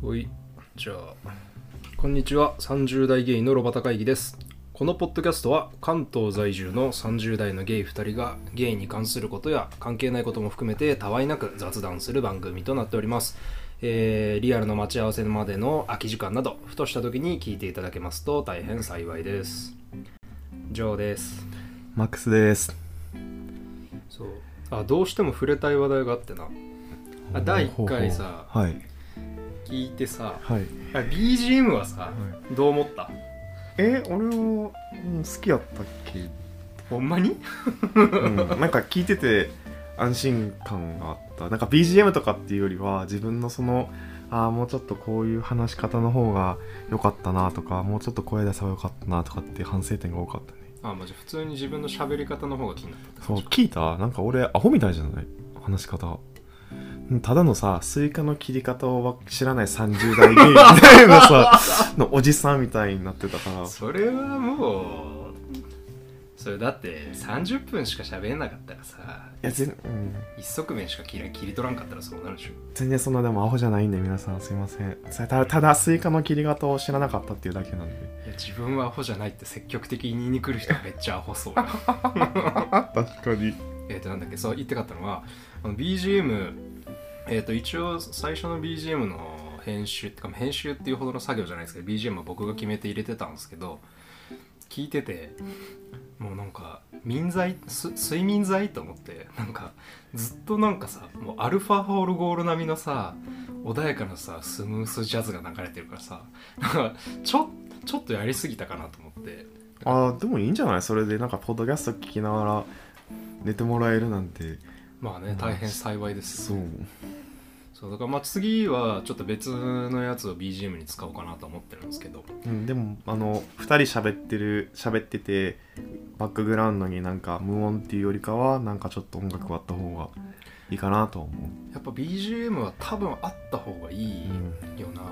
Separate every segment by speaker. Speaker 1: ほいじゃあこんにちは30代ゲイのロバタ会議ですこのポッドキャストは関東在住の30代のゲイ2人がゲイに関することや関係ないことも含めてたわいなく雑談する番組となっております、えーリアルの待ち合わせまでの空き時間などふとした時に聞いていただけますと大変幸いですジョーです
Speaker 2: マックスです。
Speaker 1: そうあどうしても触れたい話題があってなあ第1回さ
Speaker 2: ほうほうほうはい。
Speaker 1: 聞いてさ
Speaker 2: はい。
Speaker 1: あ BGM はさどう思った
Speaker 2: え、俺は、うん、好きやったっけ、
Speaker 1: ほんまに
Speaker 2: うん、なんか聞いてて安心感があった。なんか BGM とかっていうよりは、自分のその、ああ、もうちょっとこういう話し方の方が良かったなとか、もうちょっと声出せば良かったなとかっていう反省点が多かったね。
Speaker 1: あまあじゃあ普通に自分の喋り方の方が気になったって
Speaker 2: そ
Speaker 1: 感
Speaker 2: う、
Speaker 1: じか
Speaker 2: 聞いたなんか俺、アホみたいじゃない話し方。うんただのさ、スイカの切り方を知らない30代芸みたいなさ、のおじさんみたいになってたから。
Speaker 1: それはもうそれだって30分しか喋んなかったらさ
Speaker 2: いやぜ、うん、
Speaker 1: 一側面しか切り切り取らんかったらそうなるでしょ
Speaker 2: 全然そんなでもアホじゃないんで皆さんすいませんそれたただスイカの切り方を知らなかったっていうだけなんで
Speaker 1: いや自分はアホじゃないって積極的に言いに来る人めっちゃアホそうや
Speaker 2: 確かに
Speaker 1: えっとなんだっけそう言ってかったのはあの BGM えっ、と一応最初の BGM の編集ってか編集っていうほどの作業じゃないですけど BGM は僕が決めて入れてたんですけど聞いててもうなんか眠剤す睡眠剤と思ってなんかずっとなんかさもうアルファホールゴール並みのさ穏やかなさスムースジャズが流れてるからさなんかちょちょっとやりすぎたかなと思って
Speaker 2: あーでもいいんじゃないそれでなんかポッドキャスト聞きながら寝てもらえるなんて
Speaker 1: まあね大変幸いです
Speaker 2: そう
Speaker 1: そうだからまあ次はちょっと別のやつを BGM に使おうかなと思ってるんですけど
Speaker 2: うん、でもあの2人喋ってる喋っててバックグラウンドになんか無音っていうよりかはなんかちょっと音楽割った方がいいかなと思う、
Speaker 1: やっぱ BGM は多分あった方がいい
Speaker 2: うん
Speaker 1: よな、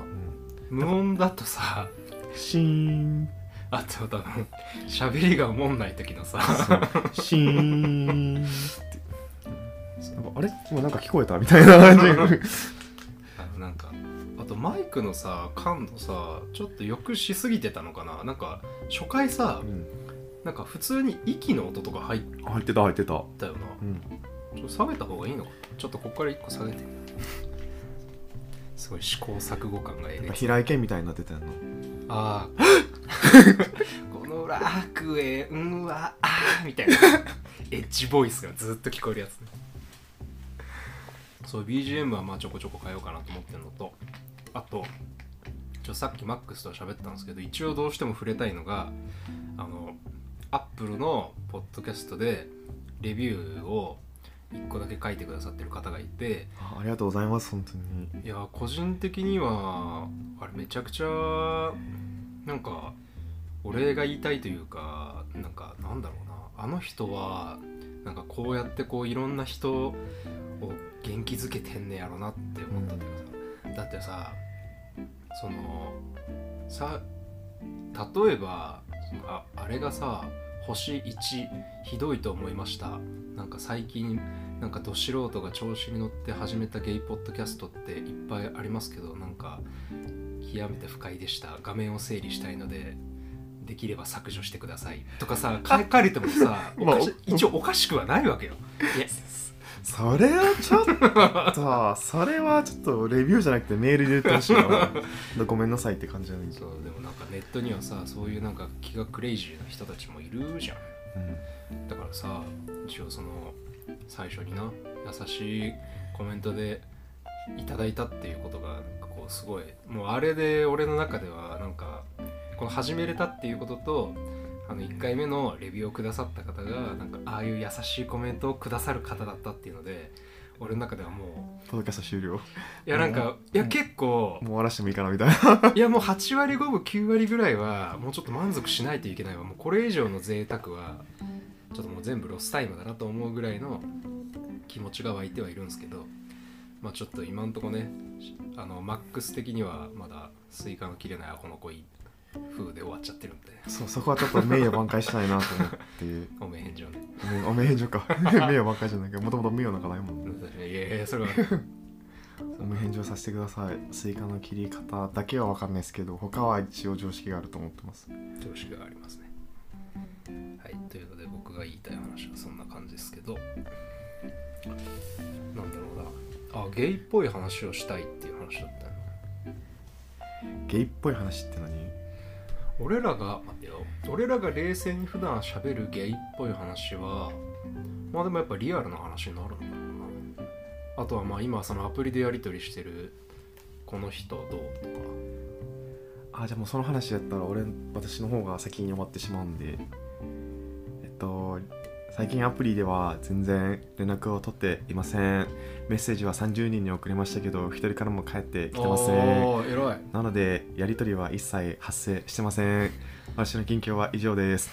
Speaker 2: うん
Speaker 1: 無音だとさ
Speaker 2: シーン
Speaker 1: あと多分喋りがおもんない時のさ
Speaker 2: そうシー ンってなんかあれ今なんか聞こえたみたいな 感じ
Speaker 1: あのなんかあとマイクのさ感度さちょっと良くしすぎてたのかななんか初回さなんか普通に息の音とか入っ
Speaker 2: 入ってた入ってた、う
Speaker 1: たよな、
Speaker 2: ん、
Speaker 1: ちょっと下げた方がいいのかちょっとここから1個下げてすごい試行錯誤感がえげつ
Speaker 2: 平井堅みたいになってたよな
Speaker 1: ああこの楽園はああみたいなエッジボイスがずっと聞こえるやつねそう BGM はまあちょこちょこ変えようかなと思ってるのとあとちょさっきマックスと喋ったんですけど一応どうしても触れたいのがあのアップルのポッドキャストでレビューを1個だけ書いてくださってる方がいて
Speaker 2: あありがとうございます本当に
Speaker 1: いや個人的にはあれめちゃくちゃなんかお礼が言いたいというかなんかなんだろうなあの人はなんかこうやってこういろんな人を元気づけてんねやろなって思ったというかさ、だってさそのさ例えばそのああれがさ星1ひどいと思いましたなんか最近なんかど素人が調子に乗って始めたゲイポッドキャストっていっぱいありますけどなんか極めて不快でした画面を整理したいのでできれば削除してくださいとかさ 書かれてもさお
Speaker 2: まあ
Speaker 1: かし一応おかしくはないわけよいや
Speaker 2: それはちょ っとそれはちょっとレビューじゃなくてメールで言ってほしいな ごめんなさいって感じじゃない
Speaker 1: そうでもなんかネットにはさそういうなんか気がクレイジーな人たちもいるじゃんだからさ一応その最初にな優しいコメントでいただいたっていうことがなんかこうすごいもうあれで俺の中ではなんかこの始めれたっていうこととあの1回目のレビューをくださった方がなんかああいう優しいコメントをくださる方だったっていうので俺の中ではも
Speaker 2: ポッドキャスト終了も
Speaker 1: ういやなんかいや結構
Speaker 2: う終わらしてもいいかなみたいな
Speaker 1: いやもう8割5分9割ぐらいはもうちょっと満足しないといけないわもうこれ以上の贅沢はちょっともう全部ロスタイムだなと思うぐらいの気持ちが湧いてはいるんですけどまあちょっと今んとこねあのマックス的にはまだスイカの切れないアホの恋風で終わっちゃってるんで
Speaker 2: そうそこはちょっと名誉挽回したいなと思って
Speaker 1: おめえ返上ね
Speaker 2: おめお名誉か名誉挽回じゃないけどもともと名誉なんかないもんね
Speaker 1: いやいやそれは
Speaker 2: 無返上させてくださいスイカの切り方だけは分かんないですけど他は一応常識があると思ってます
Speaker 1: 常識がありますねはいということで僕が言いたい話はそんな感じですけどなんだろうなあゲイっぽい話をしたいっていう話だったよな
Speaker 2: ゲイっぽい話って何
Speaker 1: 俺らが待ってよ俺らが冷静に普段喋るゲイっぽい話はまあでもやっぱリアルな話になるんだろうなあとはまあ今そのアプリでやり取りしてるこの人どうとか
Speaker 2: あじゃあもうその話やったら俺私の方が先に終わってしまうんでえっと最近アプリでは全然連絡を取っていませんメッセージは30人に送りましたけど1人からも返ってきてません
Speaker 1: おー偉い
Speaker 2: なのでやり取りは一切発生してません私の近況は以上です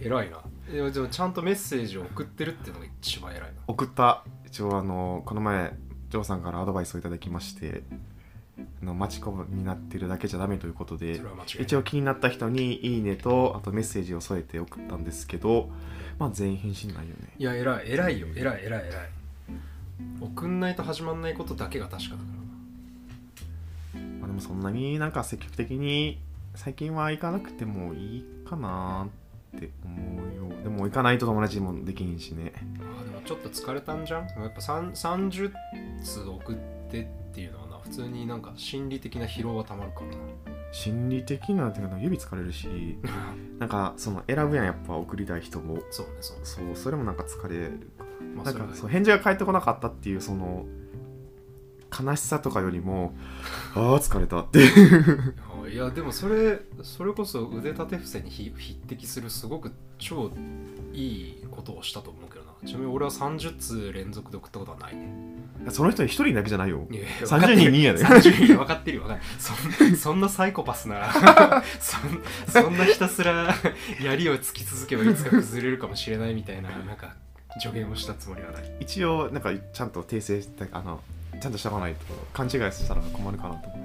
Speaker 1: 偉いなでもでもちゃんとメッセージを送ってるっていうのが一番偉いな
Speaker 2: 送った一応あのこの前ジョーさんからアドバイスをいただきましてあのマチコになってるだけじゃダメということで
Speaker 1: それは間違いない
Speaker 2: 一応気になった人に「いいねと」あとメッセージを添えて送ったんですけどまあ全員返信ないよね
Speaker 1: いや偉い偉いよ偉い偉い偉い送んないと始まんないことだけが確かだからな
Speaker 2: まあ、でもそんなになんか積極的に最近は行かなくてもいいかなって思うよでも行かないと友達もできひんしね
Speaker 1: あーでもちょっと疲れたんじゃんやっぱさん30通送ってっていうのはな普通になんか心理的な疲労がたまるから
Speaker 2: 心理的なっていうか指疲れるし
Speaker 1: な
Speaker 2: なんかその選ぶやんやっぱ送りたい人も
Speaker 1: そうねそうね
Speaker 2: そうそれもなんか疲れる
Speaker 1: まあ
Speaker 2: な
Speaker 1: そ
Speaker 2: ん
Speaker 1: れは
Speaker 2: か
Speaker 1: ね
Speaker 2: そう返事が返ってこなかったっていうその悲しさとかよ りもああ疲れたっていう
Speaker 1: あーいやでもそれそれこそ腕立て伏せにひ匹敵するすごく超いいことをしたと思うけどなちなみに俺は30通連続で送ったことはないね
Speaker 2: その人一人だけじゃないよ
Speaker 1: いやいや分かって
Speaker 2: 30
Speaker 1: る
Speaker 2: 人にやで
Speaker 1: 30人分かってるよ分かってるそんそんな サイコパスな そんそんなひたすら槍を突き続けばいつか崩れるかもしれないみたいななんか助言をしたつもりはない
Speaker 2: 一応なんかちゃんと訂正してあのちゃんとしたかないと勘違いしたら困るかなと思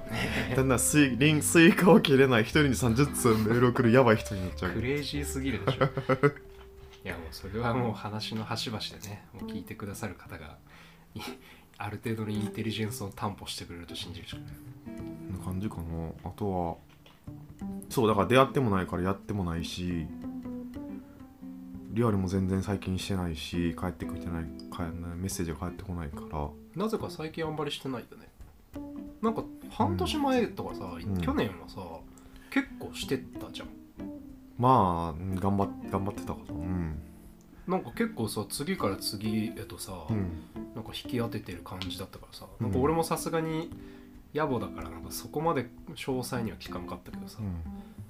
Speaker 2: うだんだんスイリンスイカを切れない一人に30通メール送るやばい人になっちゃう
Speaker 1: クレイジーすぎるでしょいやもうそれはもう話の端々でねもう聞いてくださる方がいある程度のインテリジェンスを担保してくれると信じるしかない
Speaker 2: な感じかなあとはそうだから出会ってもないからやってもないしリアルも全然最近してないし帰ってきてないかメッセージが返ってこないから
Speaker 1: なぜか最近あんまりしてないよねなんか半年前とかさ、
Speaker 2: ん
Speaker 1: 去年はさ結構してたじゃん
Speaker 2: まあうん頑張っ頑張ってたからうん、
Speaker 1: なんか結構さ次から次へとさ、
Speaker 2: うん、
Speaker 1: なんか引き当ててる感じだったからさなんか俺もさすがに野暮だからなんかそこまで詳細には聞かんかったけどさ、
Speaker 2: うん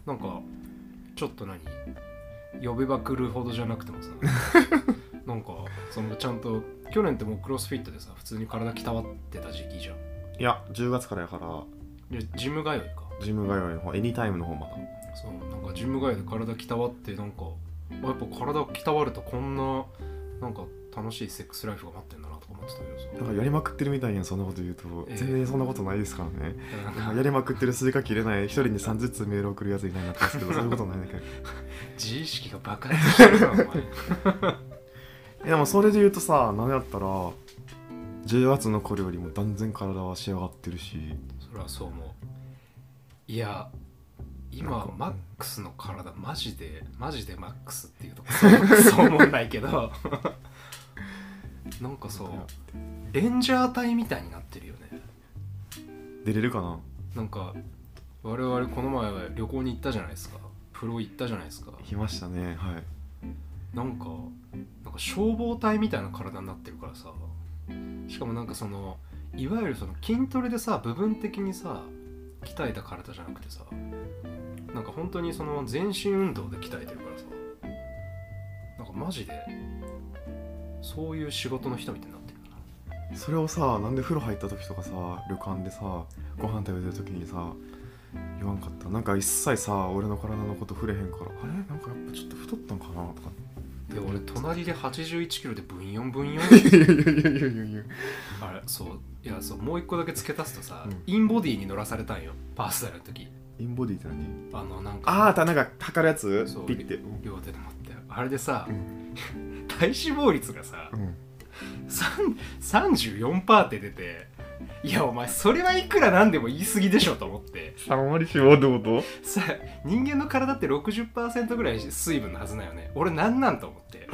Speaker 1: なんかちょっと何呼べば来るほどじゃなくて もさなんかそのちゃんと去年ってもうクロスフィットでさ普通に体きたわってた時期じゃん
Speaker 2: いや10月からやから
Speaker 1: でジム通いか
Speaker 2: ジム通いの方エニタイムの方まだ
Speaker 1: そうなんかジム通いで体きたわってなんかあやっぱ体きたわるとこんななんか楽しいセックスライフが待ってんだなとか思ってたけ どさ
Speaker 2: だからやりまくってるみたいやんそんなこと言うと、
Speaker 1: ええ
Speaker 2: 全然そんなことないですからね
Speaker 1: なんか
Speaker 2: やりまくってる数か切れない一人に3ずつメール送るやついないなってますけどそういうことないね
Speaker 1: 自意識が爆発してるなお前
Speaker 2: いやでもそれで言うとさ何やったら10月の頃よりも断然体は仕上がってるし
Speaker 1: それはそう思ういや
Speaker 2: な
Speaker 1: 今
Speaker 2: んか
Speaker 1: マックスの体マジでマジでマックスっていう とこそうそう思わないけどなんかそうレンジャー隊みたいになってるよね
Speaker 2: 出れるかな
Speaker 1: なんか我々この前は旅行に行ったじゃないですかプロ行ったじゃないですか
Speaker 2: 来ましたねはい
Speaker 1: なんかなんか消防隊みたいな体になってるからさしかもなんかそのいわゆるその筋トレでさ部分的にさ鍛えた体じゃなくてさなんか本当にその全身運動で鍛えてるからさなんかマジでそういう仕事の人みたいになってるか
Speaker 2: それをさなんで風呂入った時とかさ旅館でさご飯食べてる時にさ言わんかったなんか一切さ俺の体のこと触れへんからあれなんかやっぱちょっと太ったんかなとか
Speaker 1: らで俺隣で8 1キロでブンヨンブンヨン
Speaker 2: いやいやいやいやいやいや
Speaker 1: あれそういやそうもう一個だけ付け足すとさ、
Speaker 2: うん
Speaker 1: インボディに乗らされたんよパーソナルの時
Speaker 2: インボディって何
Speaker 1: あのなんか
Speaker 2: ああたなんか測るやつ
Speaker 1: そう
Speaker 2: ピッて
Speaker 1: 両手で持ってあれでさ、
Speaker 2: う
Speaker 1: 体脂肪率がさ
Speaker 2: うん
Speaker 1: さん34%って出ていやお前それはいくらなんでも言い過ぎでしょと思って
Speaker 2: 3割脂肪ってこ
Speaker 1: さ人間の体って60%ぐらい水分のはずだよね俺なんなんと思って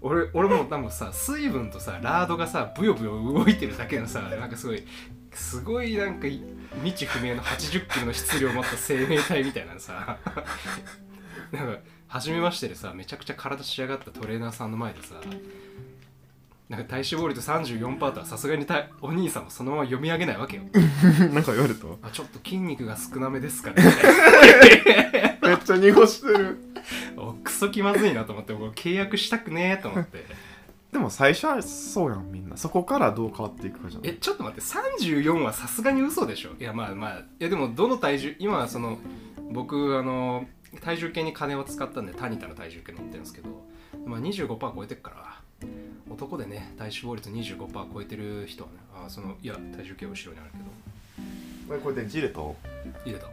Speaker 1: 俺俺俺も多分さ水分とさラードがさブヨブヨ動いてるだけのさなんかすごいすごいなんかい未知不明の80キロの質量を持った生命体みたいなのさ なんか初めましてでさめちゃくちゃ体仕上がったトレーナーさんの前でさなんか体脂肪率34%とはさすがにたお兄さんもそのまま読み上げないわけよ
Speaker 2: と なんか言われた
Speaker 1: あちょっと筋肉が少なめですかね
Speaker 2: めっちゃ濁してる
Speaker 1: おクソ気まずいなと思ってもう契約したくねえと思って
Speaker 2: でも最初はそうやんみんなそこからどう変わっていくかじゃな
Speaker 1: え
Speaker 2: い
Speaker 1: ちょっと待って34はさすがに嘘でしょいやまあまあいやでもどの体重今はその僕あの体重計に金を使ったんでタニタの体重計乗ってるんですけど、まあ、25%超えてるから男でね体脂肪率25%超えてる人はねあそのいや体重計は後ろにあるけど
Speaker 2: これこれでジレと
Speaker 1: 入れた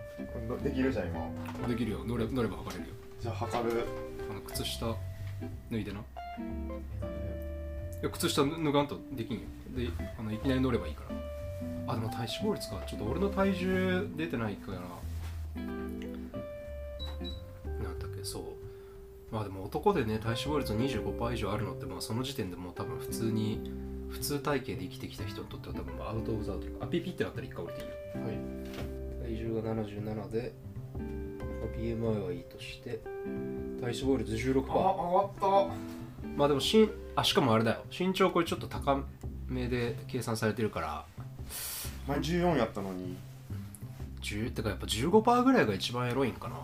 Speaker 2: できるじゃん今
Speaker 1: できるよ乗れ乗れば測れるよ
Speaker 2: じゃあ測る
Speaker 1: あの靴下脱いでないや靴下脱がんとできんよであのいきなり乗ればいいからあでも体脂肪率かちょっと俺の体重出てないからなんだっけそうまあでも男でね体脂肪率25%以上あるのってまあその時点でもう多分普通に普通体型で生きてきた人にとっては多分アウト・オブ・ザ・アウトあピピってなったら一回降りていいよ
Speaker 2: はい
Speaker 1: 体重が77で BMI はいいとして体脂肪率16%
Speaker 2: 上がっ
Speaker 1: まあでもしんあしかもあれだよ身長これちょっと高めで計算されてるから
Speaker 2: た前14やったのに
Speaker 1: 10ってかやっぱ15%ぐらいが一番エロいんかな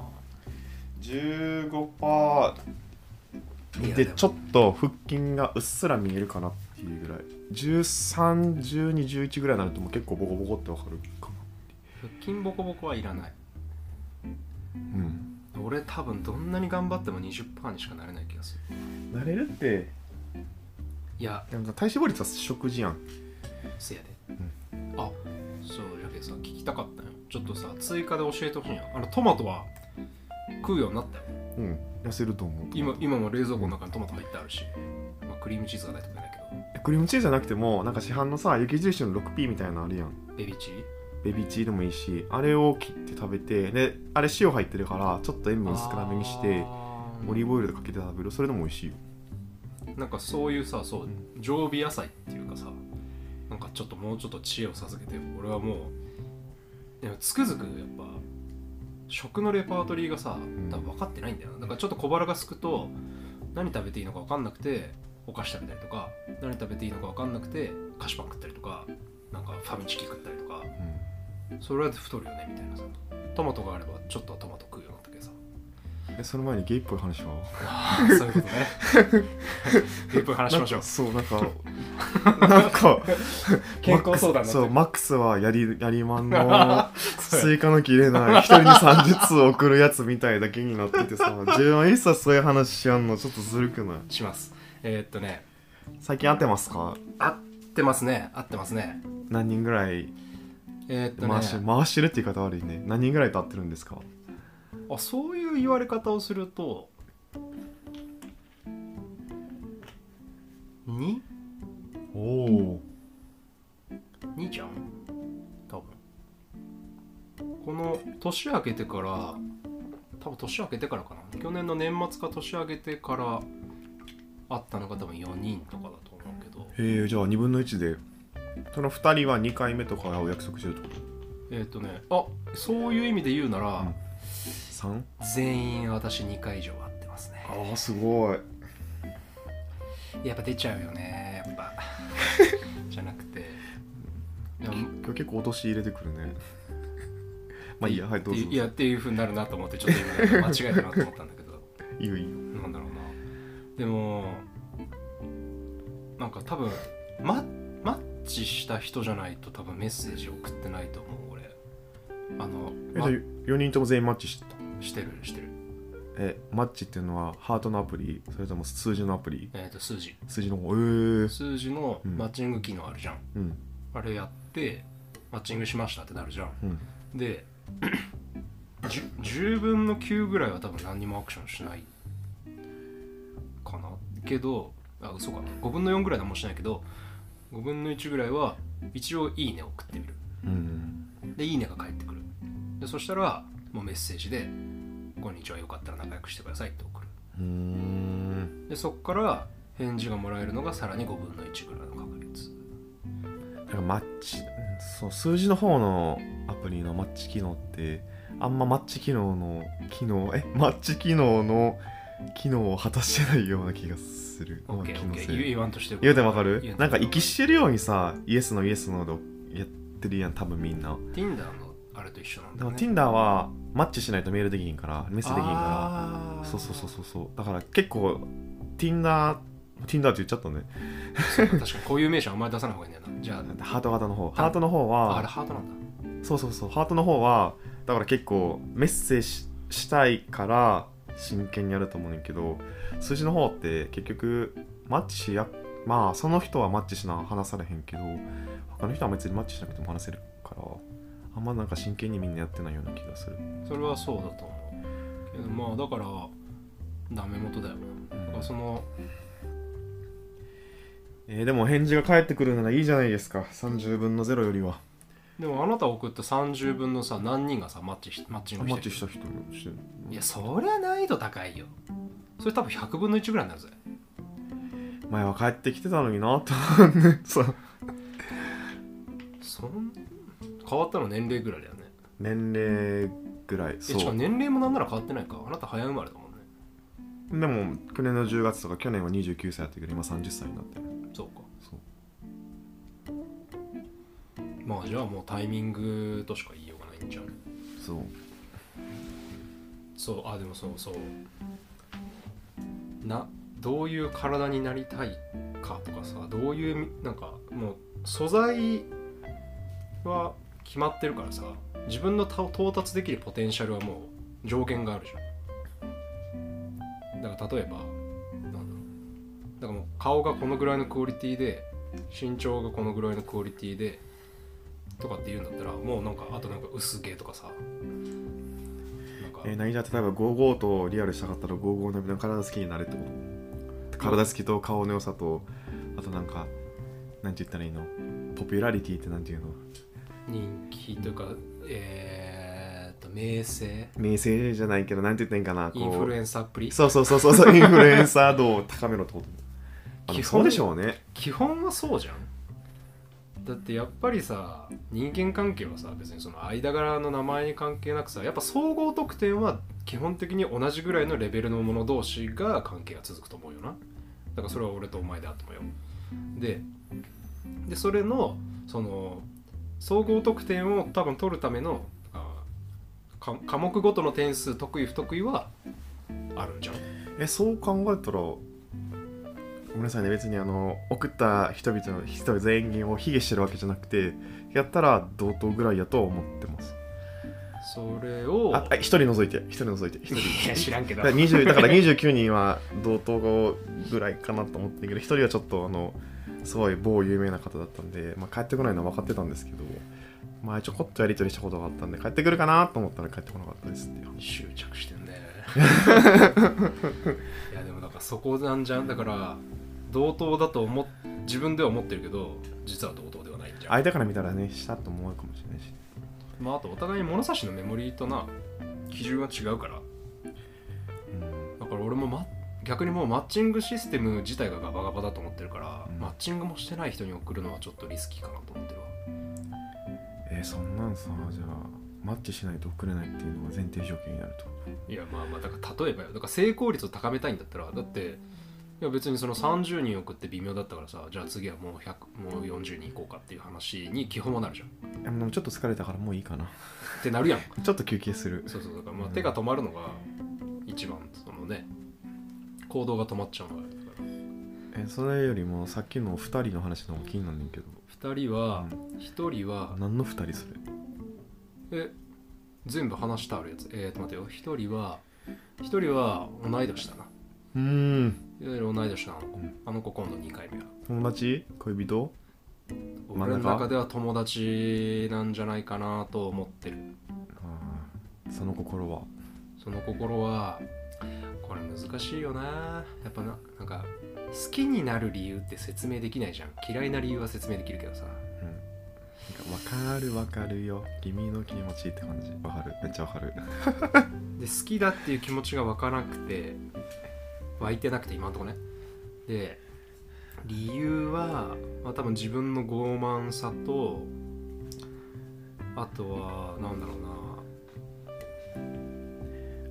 Speaker 2: 15%
Speaker 1: いや
Speaker 2: で
Speaker 1: も
Speaker 2: ちょっと腹筋がうっすら見えるかなっていうぐらい131211ぐらいになるともう結構ボコボコってわかるか
Speaker 1: 腹筋ボコボコはいらない
Speaker 2: なうん
Speaker 1: 俺多分どんなに頑張っても20%にしかなれない気がする
Speaker 2: 慣れるって
Speaker 1: いや
Speaker 2: でもさ体脂肪率は食事やん
Speaker 1: せやで、あそうやけどさ聞きたかったよちょっとさ追加で教えてほしいんやあのトマトは食うようになったよ
Speaker 2: うん痩せると思う
Speaker 1: 今今も冷蔵庫の中にトマト入ってあるし、まあ、クリームチーズがないとダメだけ
Speaker 2: クリームチーズじゃなくてもなんか市販のさ雪印の 6P みたいなのあるやん
Speaker 1: どベビーチー
Speaker 2: ベビーチーでもいいしあれを切って食べてであれ塩入ってるからちょっと塩分少なめにして
Speaker 1: あー
Speaker 2: オリーブオイルでかけて食べるそれでも美味しいよ
Speaker 1: なんかそういうさそうう常備野菜っていうかさなんかちょっともうちょっと知恵を授けてよ俺はもうでもつくづくやっぱ食のレパートリーがさ
Speaker 2: ん
Speaker 1: 多分分かってないんだよなだからちょっと小腹がすくと何食べていいのか分かんなくてお菓子食べたりとか何食べていいのか分かんなくて菓子パン食ったりとかなんかファミチキ食ったりとかそれは太るよねみたいなさトマトがあればちょっとはトマト食うようになったけど さ
Speaker 2: えその前にゲイっぽい話は
Speaker 1: あーそういうことね一分話しましょう
Speaker 2: なんかそうなんか なんか
Speaker 1: 健康相談になってる
Speaker 2: マックスそうマックスはやりやり まんのスイカの切れない一人に30通送るやつみたいだけになっててさ10万一切そういう話しやんのちょっとずるくない
Speaker 1: しますえー、っとね
Speaker 2: 最近会ってますか
Speaker 1: 合ってますね合ってますね
Speaker 2: 何人ぐらい
Speaker 1: えーっと
Speaker 2: 回して
Speaker 1: ね、
Speaker 2: 回してるって言い方悪いね何人ぐらいと会ってるんですか
Speaker 1: あそういう言われ方をすると 2?
Speaker 2: おお
Speaker 1: 2じゃん多分この年明けてから多分年明けてからかな去年の年末か年明けてからあったのが多分4人とかだと思うけど
Speaker 2: へえじゃあ2分の1でその2人は2回目とかお約束してると
Speaker 1: えーっとねあそういう意味で言うなら、
Speaker 2: うん 3?
Speaker 1: 全員私2回以上会ってますね
Speaker 2: ああすごい
Speaker 1: やっぱ出ちゃうよねやっ ぱじゃなくていや
Speaker 2: 今日結構落とし入れてくるねまあいいやはいどうぞ
Speaker 1: いやっていう風になるなと思ってちょっと今間違えたなと思ったんだけど
Speaker 2: いいよいいよ
Speaker 1: なんだろうなでもなんか多分ママッチした人じゃないと多分メッセージ送ってないと思う俺あの
Speaker 2: えっと4人とも全員マッチしてた
Speaker 1: ましてるしてる
Speaker 2: えマッチっていうのはハートのアプリそれとも数字のアプリ
Speaker 1: えっ、と数字
Speaker 2: 数字の方えー、
Speaker 1: 数字の
Speaker 2: うん
Speaker 1: マッチング機能あるじゃん、
Speaker 2: うん
Speaker 1: あれやってマッチングしましたってなるじゃん
Speaker 2: うん
Speaker 1: で 10, 10分の9ぐらいは多分何にもアクションしないかなけどあ嘘か5分の4ぐらい何もしないけど5分の1ぐらいは一応「いいね」を送ってみる
Speaker 2: うん
Speaker 1: で「いいね」が返ってくるでそしたらもうメッセージで「こんにちはよかったら仲良くしてください」って送る
Speaker 2: うーん
Speaker 1: でそっから返事がもらえるのがさらに5分の1ぐらいの確率
Speaker 2: なんかマッチそう数字の方のアプリのマッチ機能ってあんまマッチ機能の機能えマッチ機能の機能を果たしてないような気がする
Speaker 1: OKOK、
Speaker 2: まあ機能性
Speaker 1: 言言わんとしてる
Speaker 2: 言うてもわかる
Speaker 1: 言
Speaker 2: なんか
Speaker 1: 生
Speaker 2: 生きしてるようにさイエスのイエスのでやってるやん多分みんな
Speaker 1: Tinder のあれと一緒なん
Speaker 2: で
Speaker 1: だ、
Speaker 2: も
Speaker 1: ね、
Speaker 2: Tinder はマッチしないとメールできひんからメッセできひんから
Speaker 1: あー
Speaker 2: そうそうそうそうそうだから結構 Tinder Tinder って言っちゃったね
Speaker 1: そうか確かにこういう名称あんまり出さない方がいいんだよなじゃ
Speaker 2: ハート型の方ハートの方
Speaker 1: あああれ
Speaker 2: は
Speaker 1: ハートなんだ
Speaker 2: そうそうそうハートの方はだから結構メッセージししたいから真剣にやると思うねんけど数字の方って結局マッチしやまあその人はマッチしな話されへんけど他の人は別にマッチしなくても話せるからあんまなんか真剣にみんなやってないような気がする、
Speaker 1: それはそうだと思うけどまあだからダメ元だよなだからその
Speaker 2: えーでも返事が返ってくるならいいじゃないですか30分の0よりは
Speaker 1: でもあなた送った30分のさ何人がさマッチしマッチン
Speaker 2: マ
Speaker 1: グして
Speaker 2: ッ
Speaker 1: る
Speaker 2: チした人してる
Speaker 1: いやそりゃ難易度高いよそれ多分100分の1ぐらいになるぜ
Speaker 2: 前は帰ってきてたのになとそう
Speaker 1: そん変わったの年齢ぐらいだよね
Speaker 2: 年齢ぐらい
Speaker 1: えし
Speaker 2: そ
Speaker 1: かも
Speaker 2: う
Speaker 1: 年齢もなんなら変わってないかあなた早生まれだもんね
Speaker 2: でも去年の10月とか去年は29歳だったけど今30歳になってる
Speaker 1: そうか
Speaker 2: そう
Speaker 1: まあじゃあもうタイミングとしか言いようがないんじゃん
Speaker 2: そう
Speaker 1: そうあでもそうそうなどういう体になりたいかとかさどういうみなんかもう素材は決まってるからさ自分のた到達できるポテンシャルはもう上限があるじゃんだから例えばなんだろうだからもう顔がこのぐらいのクオリティで身長がこのぐらいのクオリティでとかって言うんだったらもうなんかあとなんか薄毛とかさなんか
Speaker 2: えー、何じゃあ例えば55とリアルしたかったら55の体好きになれってこと体好きと顔の良さとあとなんかなんて言ったらいいのポピュラリティってなんていうの
Speaker 1: 人気というか、えーっと、名声、
Speaker 2: 名声じゃないけどなんて言ったらいいんか
Speaker 1: イ
Speaker 2: な
Speaker 1: ンフルエ
Speaker 2: ン
Speaker 1: ンサーっぷり、
Speaker 2: そうそうそうそうそうインフルエンサー度を高めろってことあ
Speaker 1: 基本
Speaker 2: のそうでしょうね
Speaker 1: 基本はそうじゃん。だってやっぱりさ、人間関係はさ、別にその間柄の名前に関係なくさ、やっぱ総合得点は基本的に同じぐらいのレベルのもの同士が関係が続くと思うよな。だからそれは俺とお前であってもよ。で、でそれの、その、総合得点を多分取るための、あか科目ごとの点数得意不得意はあるんじゃん
Speaker 2: えそう考えたらごめんなさいね別にあの送った人々の人々全員を卑下してるわけじゃなくてやったら同等ぐらいやとは思ってます
Speaker 1: それを
Speaker 2: ああ一人除いて一人除いて一人
Speaker 1: いや知らんけど
Speaker 2: だから20だから29人は同等ぐらいかなと思ってるけど一人はちょっとあのすごい某有名な方だったんで、まあ、帰ってこないのは分かってたんですけど前ちょこっとやり取りしたことがあったんで帰ってくるかなと思ったら帰ってこなかったですっていう話
Speaker 1: 執着してんね いやでもだからそこなんじゃんだから同等だと思っ自分では思ってるけど実は同等ではないんじゃん
Speaker 2: 相手から見たらねしたと思うかもしれないし
Speaker 1: まああとお互いに物差しのメモリーとな基準は違うから
Speaker 2: うん
Speaker 1: だから俺も、ま、逆にもうマッチングシステム自体がガバガバだと思ってるから、
Speaker 2: うん
Speaker 1: マッチングもしてない人に送るのはちょっとリスキーかなと思ってるわ
Speaker 2: えーそんなんさじゃあマッチしないと送れないっていうのが前提条件になると
Speaker 1: いやまあまあだから例えばよだから成功率を高めたいんだったらだっていや別にその30人送って微妙だったからさじゃあ次はもう100もう40人いこうかっていう話に基本はなるじゃんっ
Speaker 2: でもちょっと疲れたからもういいかな
Speaker 1: てなるやん
Speaker 2: ちょっと休憩する
Speaker 1: そうそうだからまあ手が止まるのが一番そのね行動が止まっちゃうのがあれだか
Speaker 2: えーそれよりもさっきの2人の話の方が気になんねんけど
Speaker 1: ら2人は1人は
Speaker 2: 何の2人それ
Speaker 1: え全部話してあるやつえー、と待てよ1人は1人は同い年だな
Speaker 2: うーん
Speaker 1: いわゆる同い年のあの子
Speaker 2: うん
Speaker 1: あの子今度2回目は
Speaker 2: 友達恋人真ん中
Speaker 1: 俺の中では友達なんじゃないかなと思ってる
Speaker 2: あーその心は
Speaker 1: その心はこれ難しいよなやっぱななんか好きになる理由って説明できないじゃん嫌いな理由は説明できるけどさ
Speaker 2: うんかるわかるよ君の気持ちって感じわかるめっちゃわかる
Speaker 1: で好きだっていう気持ちが湧かなくて湧いてなくて今のとこねで理由は、まあ、多分自分の傲慢さとあとはなんだろうなや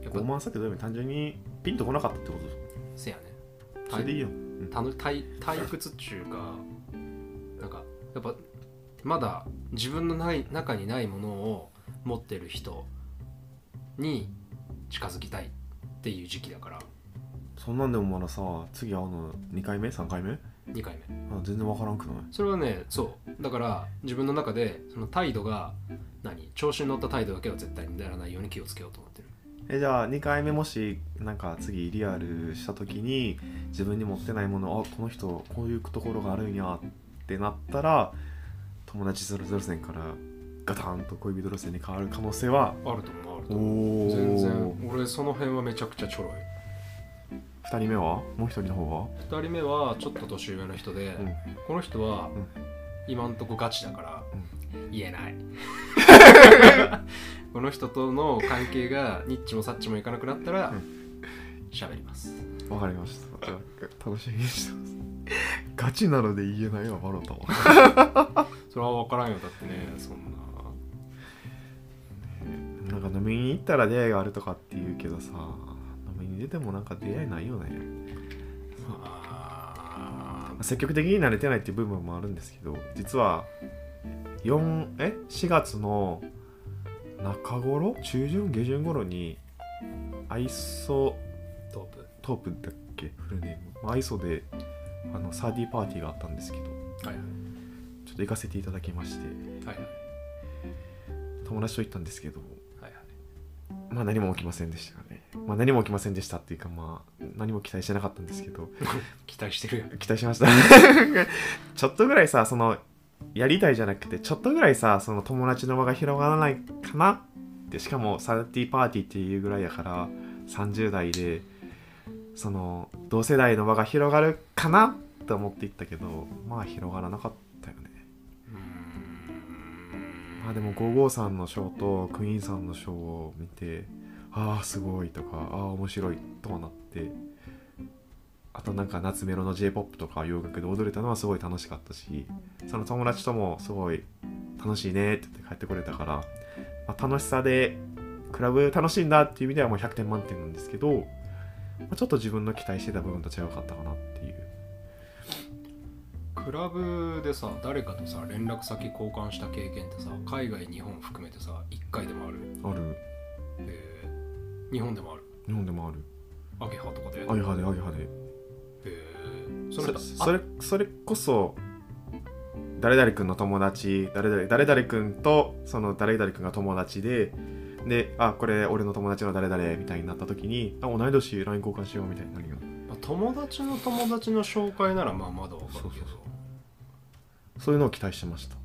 Speaker 1: っ
Speaker 2: 傲
Speaker 1: ぱ
Speaker 2: 慢さってどういう意味単純にピンとこなかったってこと
Speaker 1: せやね
Speaker 2: それでいいよ、
Speaker 1: たの退退屈っちゅうかなんかやっぱまだ自分のない中にないものを持ってる人に近づきたいっていう時期だから
Speaker 2: そんなんでもまださ次会うの2回目3回目あ
Speaker 1: 2回目
Speaker 2: 全然わからんくない
Speaker 1: それはねそうだから自分の中でその態度が何調子に乗った態度だけは絶対にやらないように気をつけようと思ってる
Speaker 2: えじゃあ2回目もしなんか次リアルした時に自分に持ってないものあこの人こういうところがあるんやってなったら友達それぞれ線からガタンと恋人路線に変わる可能性は
Speaker 1: あると思うあると
Speaker 2: お
Speaker 1: 思う
Speaker 2: お
Speaker 1: 全
Speaker 2: 2
Speaker 1: 然俺その辺はめちゃくちゃちょろい
Speaker 2: 人目はもう1人の方は
Speaker 1: 2人目はちょっと年上の人で、
Speaker 2: うん
Speaker 1: この人は
Speaker 2: うん
Speaker 1: 今んとこガチだから言え ないこの人との関係がニッチもサッチもいかなくなったら
Speaker 2: う
Speaker 1: 喋ります
Speaker 2: わかりましたじゃあ楽しみにしてますガチなので言えないわバロタは
Speaker 1: それは分からんよだってねそんな
Speaker 2: なんか飲みに行ったら出会いがあるとかって言うけどさ飲みに出てもなんか出会いないよね
Speaker 1: あー
Speaker 2: 積極的に慣れてないっていう部分もあるんですけど実は4え4月の中頃中旬下旬頃にアイソ
Speaker 1: トープ
Speaker 2: トープだっけフルネームアイソであのサーディーパーティーがあったんですけど
Speaker 1: はいは
Speaker 2: ちょっと行かせていただきまして
Speaker 1: いはいはい
Speaker 2: 友達と行ったんですけど
Speaker 1: はいはい
Speaker 2: まあ何も起きませんでしたねまあ何も起きませんでしたっていうかまあ何も期待してなかったんですけど
Speaker 1: 期待してるよ
Speaker 2: 期待しましたちょっとぐらいさそのやりたいじゃなくてちょっとぐらいさその友達の輪が広がらないかなってしかもサーティーパーティーっていうぐらいやから30代でその同世代の輪が広がるかなって思っていったけどまあ広がらなかったよねまあでも55さんのショーとクイーンさんのショーを見てああすごいとかああ面白いとはなってあとなんか夏メロの j p o p とか洋楽で踊れたのはすごい楽しかったしその友達ともすごい楽しいねって言って帰ってこれたから、まあ、楽しさでクラブ楽しいんだっていう意味ではもう100点満点なんですけど、まあ、ちょっと自分の期待してた部分と違うかったかなっていう
Speaker 1: クラブでさ誰かとさ連絡先交換した経験ってさ海外日本含めてさ1回でもある、
Speaker 2: ある
Speaker 1: えー日本でもある
Speaker 2: 日本でもある
Speaker 1: アゲハとかで
Speaker 2: アゲハでアゲハで
Speaker 1: えー
Speaker 2: そ
Speaker 1: それ
Speaker 2: れそれそれこそ誰々君の友達誰々誰々君とその誰々君が友達でであこれ俺の友達の誰々みたいになった時にあ同い年 LINE 交換しようみたいになるよ
Speaker 1: あ友達の友達の紹介ならまあまだわかるけど
Speaker 2: そうそうそうそういうのを期待してました、ま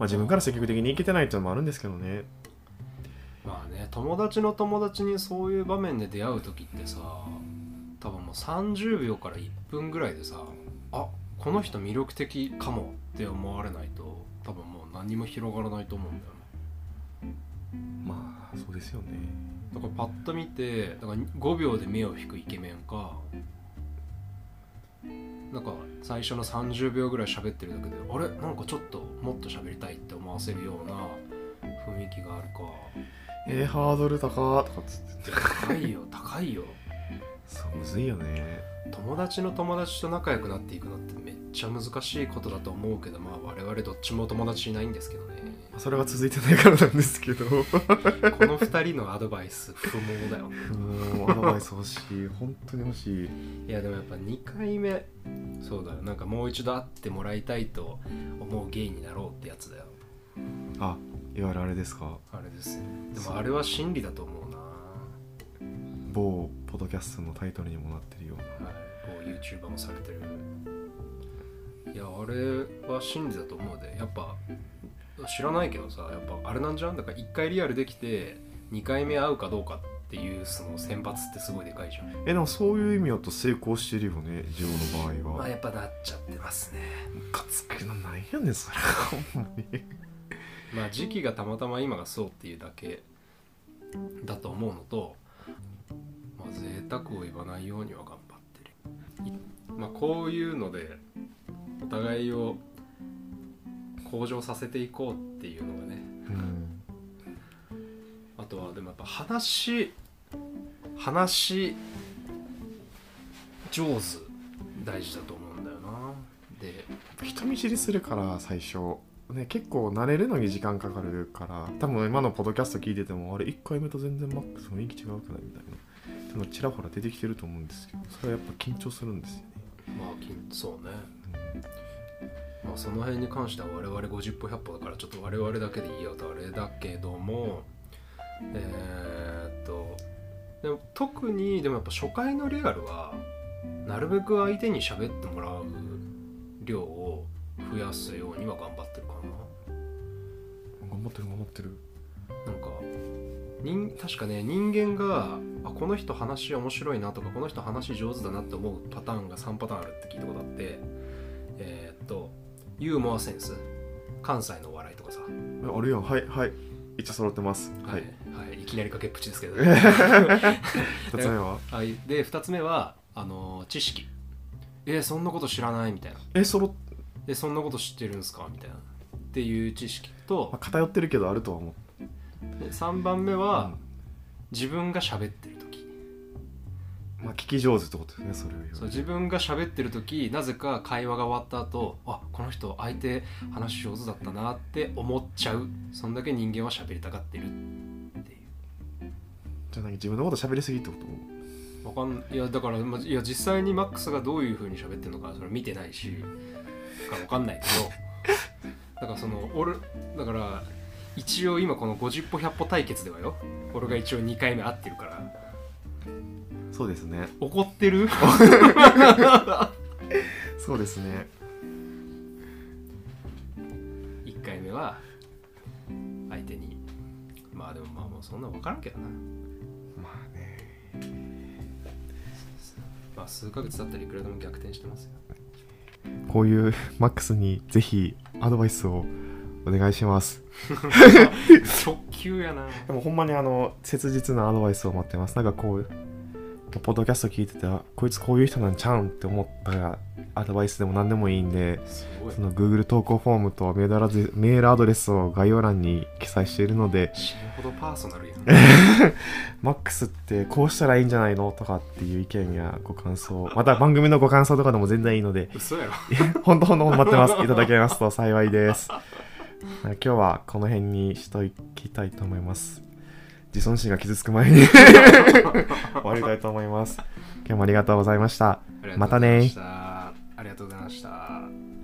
Speaker 2: あ、自分から積極的にいけてないっていうのもあるんですけどね
Speaker 1: まあね友達の友達にそういう場面で出会う時ってさ多分もう30秒から1分ぐらいでさあこの人魅力的かもって思われないと多分もう何も広がらないと思うんだよね
Speaker 2: まあそうですよね
Speaker 1: だからパッと見てだから5秒で目を引くイケメンかなんか最初の30秒ぐらい喋ってるだけであれなんかちょっともっと喋りたいって思わせるような雰囲気があるか
Speaker 2: えー、ハードル高ーとかっつって
Speaker 1: 高いよ 高いよ
Speaker 2: そうむずいよね
Speaker 1: 友達の友達と仲良くなっていくのってめっちゃ難しいことだと思うけどまあ我々どっちも友達いないんですけどね
Speaker 2: それが続いてないからなんですけど
Speaker 1: この2人のアドバイス不毛だよ
Speaker 2: もうアドバイス欲しい本当に欲しい
Speaker 1: いやでもやっぱ2回目そうだよなんかもう一度会ってもらいたいと思うゲイになろうってやつだよ
Speaker 2: あいわゆるあれですか
Speaker 1: あれですよでもあれは真理だと思うな
Speaker 2: 某ポッドキャストのタイトルにもなってるような
Speaker 1: はい、某 YouTuber もされてるいやあれは真理だと思うでやっぱ知らないけどさやっぱあれなんじゃんだから1回リアルできて2回目会うかどうかっていうその選抜ってすごいでかいじゃん
Speaker 2: えでもそういう意味だと成功してるよねジョーの場合
Speaker 1: ま
Speaker 2: は
Speaker 1: あやっぱなっちゃってますね
Speaker 2: ムカつくのないよねそれほんまに
Speaker 1: まあ時期がたまたま今がそうっていうだけだと思うのとまあ贅沢を言わないようには頑張ってるいまあこういうのでお互いを向上させていこうっていうのがね
Speaker 2: うん
Speaker 1: あとはでもやっぱ話話上手大事だと思うんだよなで
Speaker 2: 人見知りするから最初ね結構慣れるのに時間かかるから多分今のポッドキャスト聞いててもあれ1回目と全然マックスの息違うくないみたいなそのちらほら出てきてると思うんですけどそれはやっぱ緊張するんですよね
Speaker 1: まあきんそうねまあ、その辺に関しては我々50歩100歩だからちょっと我々だけで言い合うとあれだけどもえーっとでも特にでもやっぱ初回のリアルはなるべく相手に喋ってもらう量を増やすようには頑張ってるか
Speaker 2: 頑張ってる頑張ってる
Speaker 1: ななんか人確かね人間があこの人話面白いなとかこの人話上手だなって思うパターンが3パターンあるって聞いたことあってえーっとユーモアセンス関西のお笑いとかさ
Speaker 2: あるやんはいはい一応揃ってます
Speaker 1: は
Speaker 2: はいい、
Speaker 1: はい、いきなり崖っぷちですけど、
Speaker 2: 2つ目は
Speaker 1: はい、で2つ目はあのー知識えーそんなこと知らないみたいな
Speaker 2: え揃っ、
Speaker 1: えそんなこと知ってるんですかみたいなっていう知識
Speaker 2: まあ
Speaker 1: と
Speaker 2: 偏ってるけどあるとは思う
Speaker 1: で3番目は自分が喋ってる時
Speaker 2: まあ聞き上手ってことですねそれを言う
Speaker 1: そう自分が喋ってる時なぜか会話が終わった後あこの人相手話上手だったなって思っちゃうそんだけ人間は喋りたがってるっていう
Speaker 2: じゃあ何自分のこと喋りすぎってこと
Speaker 1: わかんいやだからまいや実際にマックスがどういうふうに喋ってるのかそれ見てないしかわかんないけど だからその俺だから一応今この50歩100歩対決ではよ俺が一応2回目合ってるから
Speaker 2: そうですね
Speaker 1: 怒ってる
Speaker 2: そうですね
Speaker 1: 1回目は相手にまあでもまあもうそんな分からんけどな
Speaker 2: まあね
Speaker 1: まあ数ヶ月だったらいくらでも逆転してますよ
Speaker 2: こういうマックスにぜひアドバイスをお願いします
Speaker 1: 速球やな
Speaker 2: でもほんまにあの切実なアドバイスを待ってますなんかこうポッドキャスト聞いててあこいつこういう人なんちゃうんって思ったらアドバイスでも何でもいいんです
Speaker 1: ごい
Speaker 2: その Google 投稿フォームとメールアドレスメールアドレスを概要欄に記載しているので
Speaker 1: 死ぬほどパーソナルやん
Speaker 2: マックスってこうしたらいいんじゃないのとかっていう意見やご感想また番組のご感想とかでも全然いい ので
Speaker 1: 嘘やろ
Speaker 2: 本当の待ってますいただけますと幸いです今日はこの辺にしときたいと思います自尊心が傷つく前に終わりたいと思います今日もありがとうございました
Speaker 1: ありがとうございましたありがとうございました。